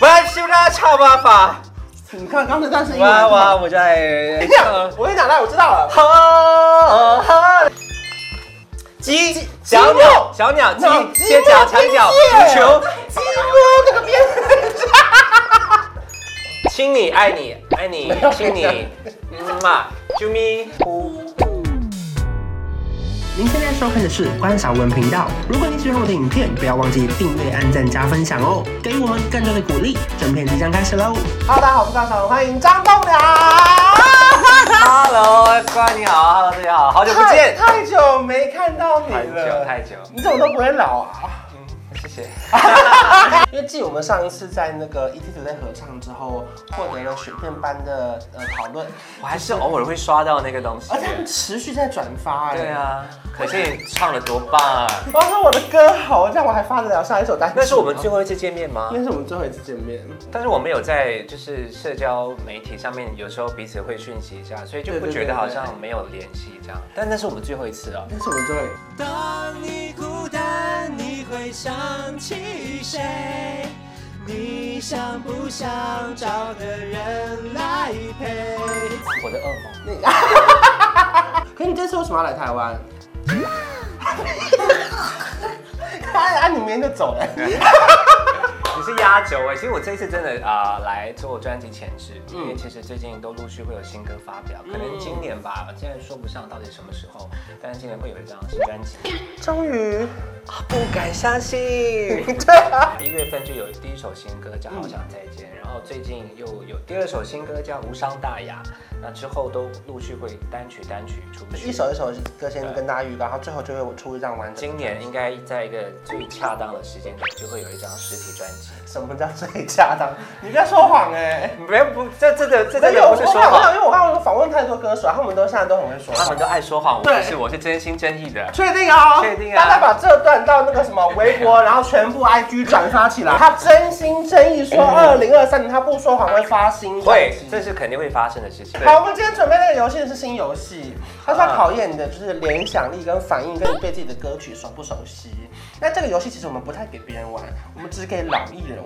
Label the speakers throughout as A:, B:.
A: 我修那差办法。
B: 你看刚才那是英文
A: 哇
B: 是
A: 哇，
B: 吧？
A: 我在
B: 哎呀，我跟你讲，那我知道了。
A: 好好。鸡小鸟，小鸟鸡
B: 鸟鸡
A: 街角
B: 哎
A: 墙角足
B: 鸡
A: 球，
B: 鸡窝那个边，
A: 亲你爱你爱 你
B: 有
A: 亲你，嗯嘛，啾 咪。
C: 您现在收看的是关少文频道。如果你喜欢我的影片，不要忘记订阅、按赞、加分享哦，给予我们更多的鼓励。正片即将开始喽！
B: 哈喽，大家好，我是大爽，欢迎张栋梁。
A: Hello，瓜你好，Hello 大家好，好久不见，
B: 太久没看到你了，
A: 太久，
B: 你怎么都不会老 啊？
A: 谢谢。
B: 因为继我们上一次在那个 ET Today 合唱之后，获得了雪片般的呃讨论，
A: 我还是偶尔会刷到那个东西
B: 而。且他们持续在转发、哎
A: 对，啊，可是你唱的多棒啊！
B: 我说我的歌好，这样我还发得了下一首单曲吗。
A: 那是我们最后一次见面吗
B: 那？是我们最后一次见面，
A: 但是我们有在就是社交媒体上面，有时候彼此会讯息一下，所以就不
B: 对对对
A: 觉得
B: 对
A: 好像没有联系这样。但那是我们最后一次哦。
B: 那是我们最后一。
D: 当你孤单，你会想起谁？你想不想找个人来陪？
A: 我的噩梦，
B: 可你这次为什么要来 台湾？哎啊！你明天就走了。
A: 你是压轴哎、其实我这一次真的啊、来做专辑前置，因为其实最近都陆续会有新歌发表，可能今年吧，现在说不上到底什么时候，但是今年会有一张新专辑。
B: 终于，
A: 不敢相 信。
B: 对啊，
A: 一月份就有第一首新歌叫《好想再见》，然后最近又有第二首新歌叫《无伤大雅》，那之后都陆续会单曲单曲出去。
B: 一首一首歌先跟大家预告，然后最后就会出一张完整。
A: 今年应该在一个最恰当的时间点就会有一张实体专辑。
B: 什么叫最 恰当？你不要说谎哎、
A: 没有不，这这的这真
B: 真的
A: 的
B: 有
A: 不是说
B: 我看到
A: 谎，
B: 因为我看我访问太多歌手，他们都现在都很会说
A: 他
B: 谎
A: 们。都爱说谎，我不
B: 对
A: 是，我是真心真意的。
B: 确定哦，
A: 确定啊
B: 大家把这段到那个什么微博，然后全 部 IG 转发起来。他真心真意说，二零二三年他不说谎会发新专
A: 会
B: 辑，
A: 这是肯定会发生的事情。
B: 好，我们今天准备那个游戏是新游
A: 嗯
B: 戏，它是要考验你的就是联想力跟反应，跟你对自己的歌曲熟不熟悉。那这个游戏其实我们不太给别人玩，我们只给老艺 人玩。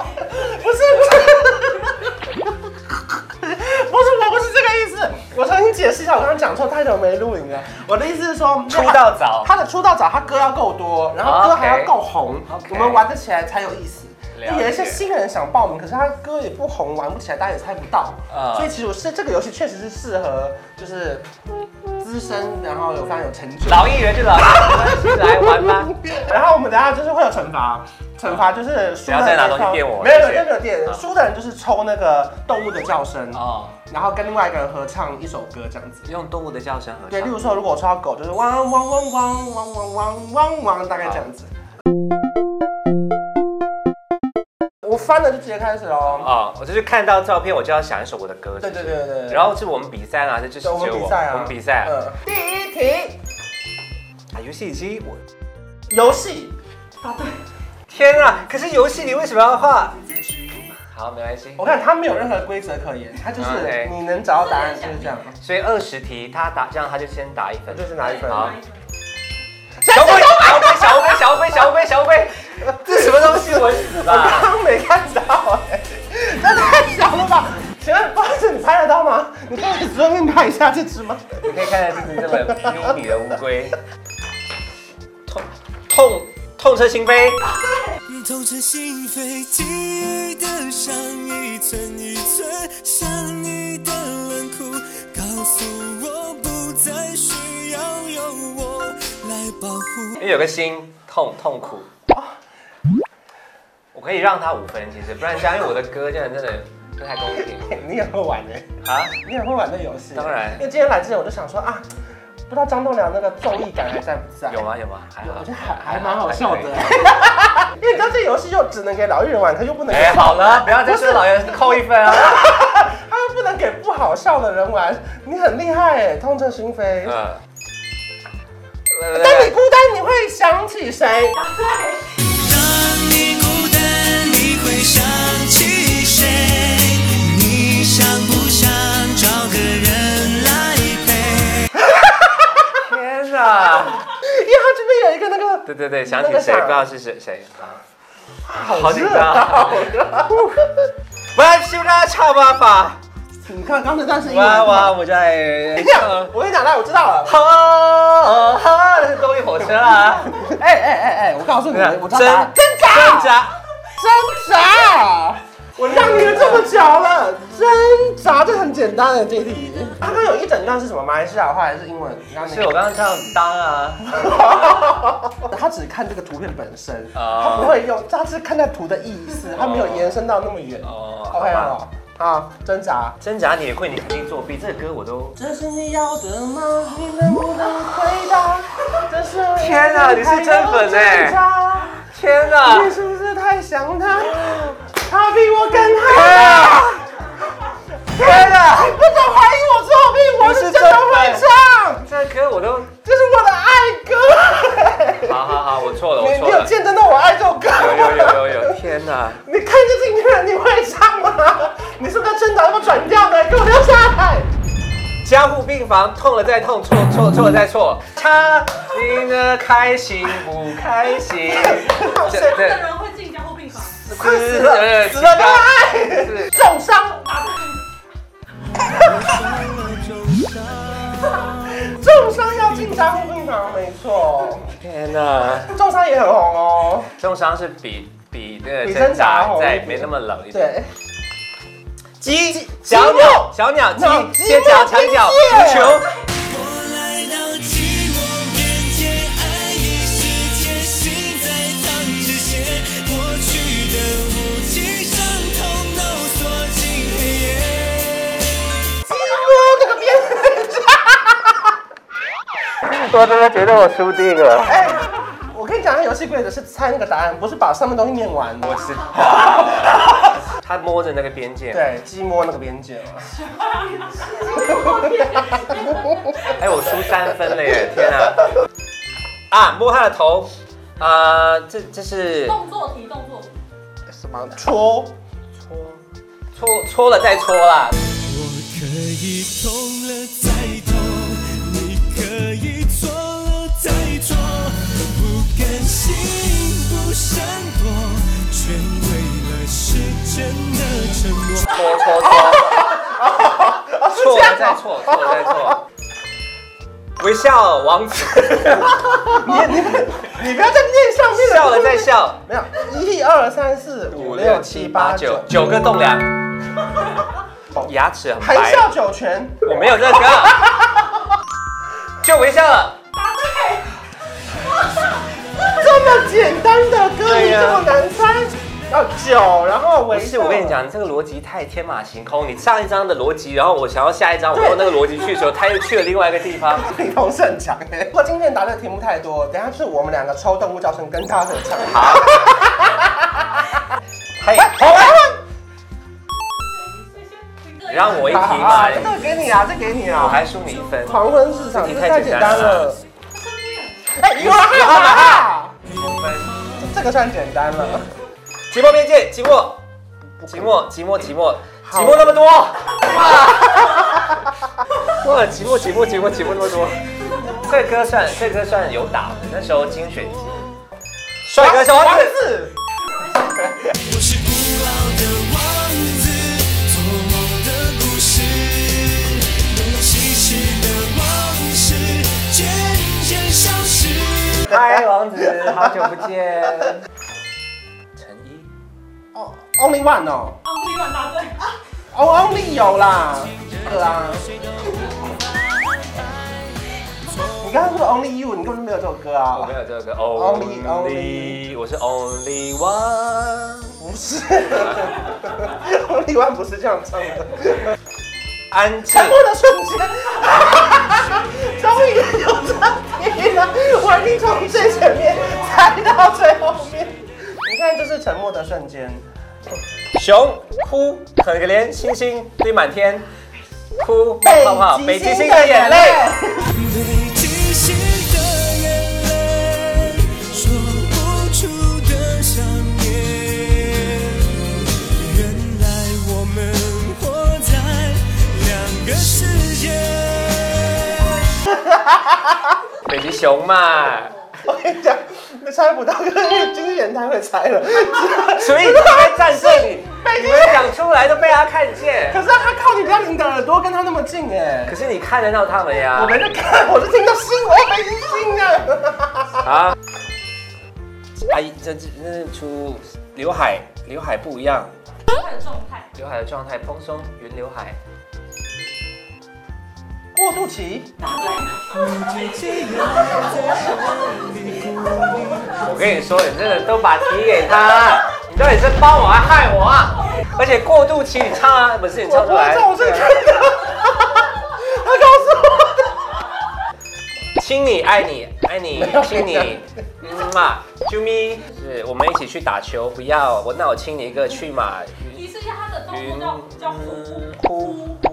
B: 不是不是，不是我不是这个意思。我重新解释一下，我刚刚讲错，太久没录影了。啊我的意思是说，
A: 出道早啊
B: 他的出道早，他歌要够多，然后歌还要够红
A: OK
B: 我们玩得起来才有意思。
A: 了解
B: 有一些新人想报名，可是他歌也不红，玩不起来，大家也猜不到。
A: 嗯
B: 所以其实我是这个游戏确实是适合就是资深，然后有非常有成就。
A: 老艺人就老艺人，没关系来玩吧。
B: 然后我们等下就是会有惩罚，惩罚就是输的
A: 不要再
B: 人
A: 拿东西
B: 抽
A: 电我
B: 没有没有
A: 谢谢
B: 没有电，
A: 嗯
B: 输的人就是抽那个动物的叫声，
A: 哦，
B: 然后跟另外一个人合唱一首歌这样子。
A: 用动物的叫声合
B: 对，例
A: 唱。
B: 如说，如果我抽到狗，就是汪汪汪汪汪汪汪汪汪，大概这样子。我翻了就直接开始喽。
A: 哦，我就是看到照片，我就要想一首我的歌。
B: 对对对对对。
A: 然后是我们比赛吗？还是就是只
B: 对
A: 有
B: 我们比赛啊，
A: 我们比赛。
B: 嗯，第一题，
A: 啊，游戏机，我
B: 游戏。啊对，
A: 天啊！可是游戏你为什么要画？啊好，没关系
B: 我。看它没有任何规则可言，它就
A: 嗯
B: 是
A: ，OK
B: 你能找到答案就是这样。
A: 所以二十题他打，这样他就先打一分，
B: 就是拿一分
A: 好。小乌龟，小乌龟，小乌龟，小乌龟，小乌龟，小乌龟，这是什么东西？我死
B: 我
A: 吧！
B: 刚刚没看到哎、这太小了吧？请问不好意思，你猜得到吗？你可以顺便拍一下这只吗？
A: 你可以看得这是这么迷你的乌龟，痛痛痛彻心扉。
D: 痛彻心扉，记忆的像一寸一寸，像你的冷酷，告诉我不再需要由我来保护。
A: 因为有个心痛痛苦。我可以让他五分，其实不然这样，因为我的歌这样真的不太公平
B: 你也会玩哎、
A: 啊。
B: 你也会玩这游戏？
A: 当然
B: 因为今天来之前我就想说啊，不知道张栋梁那个综艺感还在不在？
A: 有吗？有吗？还
B: 有，我
A: 好
B: 觉得。还还蛮好笑的
A: 还。
B: 因为你知道这游戏又只能给老艺人玩，他又不能给，
A: 哎，好了，不要再说老爷扣一分啊。
B: 他又不能给不好笑的人玩。你很厉害哎，痛彻心扉。
A: 嗯。
B: 当你孤单，你会想起谁？
D: 当你孤单，你会想起谁？你想不想找个人来陪？
A: 天哪！
B: 因为他这边有一个那个
A: 对对对，想起谁不知道是谁谁啊？好紧张啊！我要修他唱吧法，
B: 你看刚才那是英文
A: 哇哇，
B: 吗？
A: 我在
B: 等一下，我跟你讲，哎那我知道了。
A: 哈哈，那是动力火车啊！
B: 哎哎哎哎，我告诉你
A: 对啊
B: 们，我知道答案
A: 真
B: 挣
A: 挣
B: 扎，
A: 扎，
B: 挣扎！我让你们这么久了，挣扎，这很简单的这一题。刚刚有一整段是什么马来西亚话还是英文？然后
A: 是我刚刚唱当 啊，
B: 那个 他只看这个图片本身，
A: 哦
B: 他不会用，他是看那图的意思，他没有延伸到那么远。
A: 哦
B: OK
A: 好
B: 哦，好，挣扎。
A: 挣扎你也会，你肯定作弊，这个歌我都。
B: 这是你要的吗？你能不能回答？这是
A: 天哪你是真粉欸
B: 哎！
A: 天哪！
B: 你是不是太想他？他比我更
A: 啊
B: 啊好。
A: 天哪！
B: 哎你不准怀疑我作弊，我是真的会唱，
A: 这歌我都……
B: 这是我的爱 歌。
A: 好好好，我错了，我
B: 你
A: 错
B: 你有
A: 了。
B: 见证到我爱这首歌
A: 有有
B: 吗？
A: 有有有！天哪！
B: 你看这镜片，你会唱吗？你是不是在挣扎要不要转调的？给我留下来！
A: 江湖病房，痛了再痛，错错错了再错。他，你呢？开心不开 心？
B: 谁
E: 这个人会进加护病房，
B: 快死了，死了都要爱，重伤， 重伤要进加护病房，没错，
A: 天哪！
B: 重伤也很红哦。
A: 重伤是比比那
B: 比
A: 个
B: 挣
A: 挣扎
B: 扎红
A: 再没那么冷一点。
B: 对，
A: 鸡，小鸟，小鸟，鸡，
B: 鸡
A: 街角长角，足球。
D: 我来到寂寞面前，爱的世界，心在淌着血，过去的无情伤痛都锁进黑夜。
B: 鸡窝那个边缘
A: 我真的觉得我输定了。
B: 哎，我跟你讲，那游戏规则是猜那个答案，不是把上面东西念完。
A: 我知道，他摸着那个边界。
B: 对，鸡摸那个边界嘛。
A: 哎，我输三分了耶！天啊！啊，摸他的头，啊、这这是
E: 动作题，动作题。
B: 什么戳？
A: 搓搓了再搓啦。
D: 我可以痛了再痛，你可以错了再错，不甘心，不闪躲，全为了是真的承诺。
A: 搓搓搓，错了再错，错了再错。微笑王 子，
B: 你你你不要再念上面 了。
A: 笑了再。笑，
B: 没有，一二三四五六七八九，
A: 九个栋梁，牙齿很
B: 含
A: 白，
B: 笑九泉。
A: 我没有这个，就微笑了。
B: 这么简单的歌
A: 对
B: 你
A: 呀
B: 这么难猜？要九，然后
A: 不
B: 微
A: 是，
B: 笑。
A: 我跟你， 讲，你这个逻辑太天马行空。你上一张的逻辑，然后我想要下一张，我
B: 对
A: 用那个逻辑去的时候，他又去了另外一个地方。
B: 你同事很强哎。如果今天答对的题目太多，等一下是我们两个抽动物叫声跟他合唱。
A: 好，嘿，
B: 好来
E: 谁先？
A: 你让我一题
B: 好好
A: 嘛
B: 好，这个给你啊啊，这给你
A: 我
B: 啊。
A: 还输你一分。
B: 黄昏市场
A: 这题
B: 这个
A: 太
B: 太
A: 简
B: 简
A: 单
B: 单了
A: 了。
B: 哎，有了
A: 有啊了
B: 哈，这个算简单了。
A: 寂寞边界，寂寞，寂寞，寂寞，寂寞，
B: 好
A: 寂寞那么多，哇，哇，寂寞，寂寞，寂寞，寂寞那么多。这歌算，这歌算有打的，那时候精选集。帅哥小王子，
B: 子，
D: 我是古老的王子，做梦的故事，昔时的往事渐渐消失。
A: 嗨，王子，好久不见。陈一，
B: 哦，Only One 哦，
E: 奥利万答对。
B: 哦，Only 有啦，这个啊啦。你刚刚说 Only You，你根本就没有这首歌
A: 我
B: 啊
A: 没。有这个
B: Only-
A: only，我是 only one。
B: 不是 ，Only One 不是这样唱的。
A: 安静
B: 沉，默的瞬间，终于有正题了，我一定从最前面猜到最后面。你看，这是沉默的瞬间。
A: 熊哭，可怜星星堆满天，哭冒泡泡，
B: 哎
A: 北极星的眼泪。
D: 北极星的眼泪，说不出的想念。原来我们活在两个世界。
A: 北极熊嘛，
B: 我跟你讲，猜不到，因为经纪人太会猜了。
A: 所以你该站这里，你们讲出来都被他看见。
B: 可是他靠近比较你的耳朵，跟他那么近哎
A: 可。是你看得到他们呀
B: 我？没在看，我是听到新闻没听啊。
A: 啊，阿姨，这这这是出刘海，刘海不一样，
E: 他的状态，
A: 刘海的状态蓬松云刘海。
B: 过渡期，
A: 我跟你说，你真的都把题给他，你到底是帮我还害我啊？而且过渡期你唱啊，不是你
B: 我
A: 唱
B: 不
A: 出来
B: 会，唱，我是看的。 他告诉我的。
A: 亲你爱你爱你亲你，嗯嘛，啾咪，是我们一起去打球，不要我那我亲你一个去嘛，
E: 提示一下他的动作叫叫虎
A: 嗯呼呼，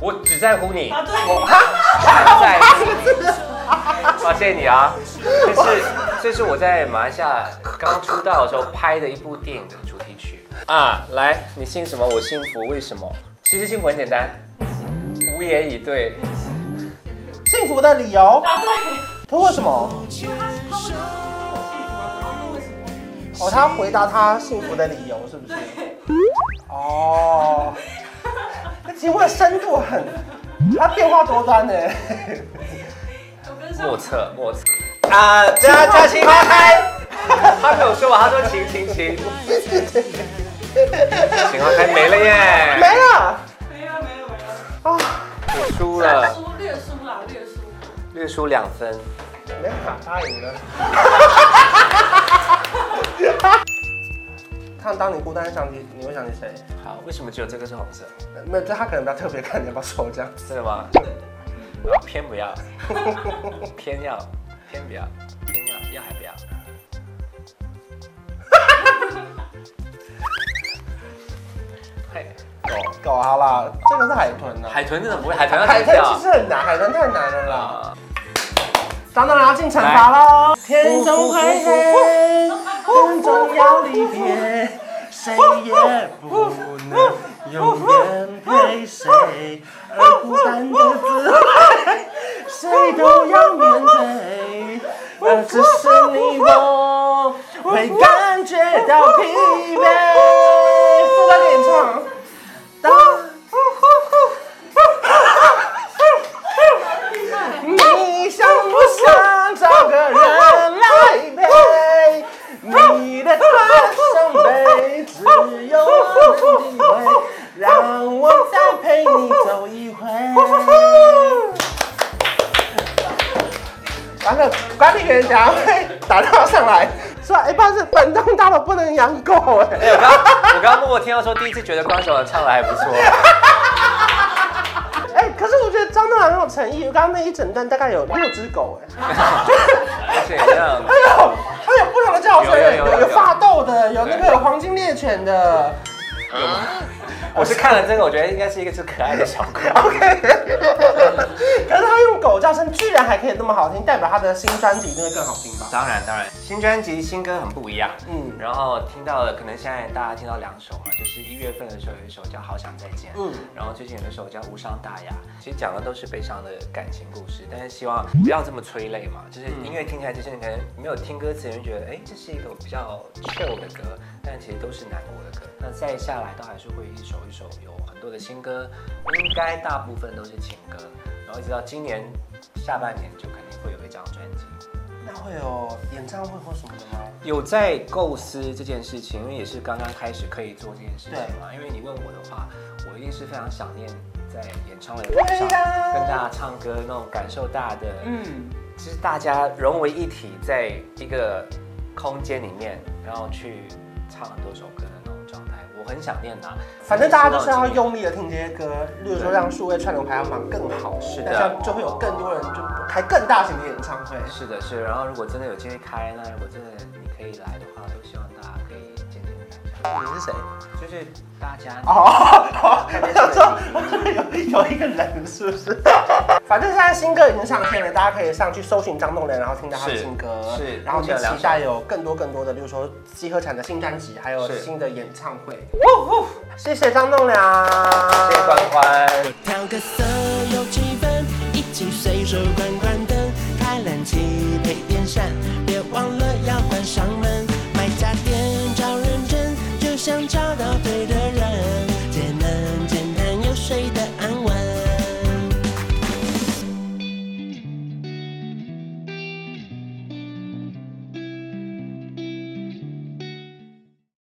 A: 我只在乎你，
E: 啊，对，
A: 在哇，谢谢你啊！这是这是我在马来西亚刚出道的时候拍的一部电影的主题曲啊！来，你姓什么？我幸福，为什么？其实幸福很简单，无言以对。
B: 幸福的理由，
E: 啊对，
B: 通过什么？
E: 因为他他会说我幸福啊，然后问为什么？
B: 哦，他回答他幸福的理由是不是？哦，那其实问深度很，他变化多端呢。
E: 我跟上
A: 莫测莫测啊！佳佳琪花开，他没有说完，他说晴晴晴，晴花开没了
B: 没
A: 耶，
B: 了
E: 没了没了没了，
B: 啊，
A: 我输了，
E: 输略输啦略输，
A: 略输两分。
B: 没办法，他赢了。看当你孤单想起，你会想起谁？
A: 好，为什么只有这个是红色？
B: 没有，就他可能比较特别，看你要不要抽这样。
A: 真的吗？啊偏不要，偏要，偏不要，偏要，要还不要？嘿，哦，
B: 狗好啦，这个是海豚呢、
A: 海豚真的不会，海豚要
B: 海
A: 弹
B: 豚
A: 跳
B: 其。实很难，海豚太难了啦。
A: 啊，
B: 当当然要进惩罚喽！天中快黑，空中要离别，谁也不能永远陪谁，而孤单的滋味，谁都要面对。而只是你我，会感觉到疲惫。负责演唱，当。你想不想找个人来陪？你的大伤悲只有我能体会，让我再陪你走一回。完了，管理员等下会打电话上来，说：“哎，不好意思，本栋大楼不能养狗。”
A: 哎，
B: 哎，
A: 我刚我刚刚默默听到说，第一次觉得关晓雯唱的还不错。
B: 哎，可是我觉得张栋梁很有诚意，刚刚那一整段大概有六只狗，哎。
A: 而且这样，
B: 哎呦，它有不同的教程，
A: 有有有
B: 有
A: 有
B: 有发豆的，有那个有黄金猎犬的。
A: 我是看了这个，我觉得应该是一个只可爱的小 狗。
B: OK，可是他用狗叫声居然还可以那么好听，代表他的新专辑一定会更好听吧？
A: 当然当然，新专辑新歌很不一样。
B: 嗯
A: 嗯，然后听到了，可能现在大家听到两首啊，就是一月份的时候有一首叫《好想再见》，
B: 嗯
A: 嗯，然后最近有一首叫《无伤大雅》，其实讲的都是悲伤的感情故事，但是希望不要这么催泪嘛，就是音乐听起来就是你可能没有听歌词，你会觉得哎这是一个比较 chill 的歌，但其实都是难过的歌。那再下来都还是会一首一首有很多的新歌，应该大部分都是情歌，然后一直到今年下半年就肯定会有一张专辑。
B: 那会有演唱会或什么的吗？
A: 有在构思这件事情，因为也是刚刚开始可以做这件事情嘛。因为你问我的话，我一定是非常想念在演唱会的舞台上
B: 对呀
A: 跟大家唱歌那种感受大的，
B: 嗯，
A: 就是大家融为一体，在一个空间里面，然后去唱很多首歌的那种状态，我很想念呐、
B: 反正大家就是要用力的听这些歌，例如说让数位串流排行榜更好，
A: 是
B: 那
A: 的
B: 这样就会有更多人就开更大型的演唱会。
A: 是的，是的。然后如果真的有机会开，那如果真的你可以来的话，都希望大家可以见见面，
B: 你是谁？
A: 就是大家
B: 哦，我想说有有一个人是不是？反正现在新歌已经上线了，大家可以上去搜寻张栋梁，然后听到他的
A: 是
B: 新歌，
A: 是
B: 然后我们
A: 目前有两
B: 期待有更多更多的，例如说集合产的新专辑，还有
A: 是
B: 新的演唱会。谢谢张栋梁，
A: 谢谢关关。
F: 调个色有气氛，一起随手关关灯，开冷
D: 气配电扇，别忘了要关上门。买家电找认真，就像找到对的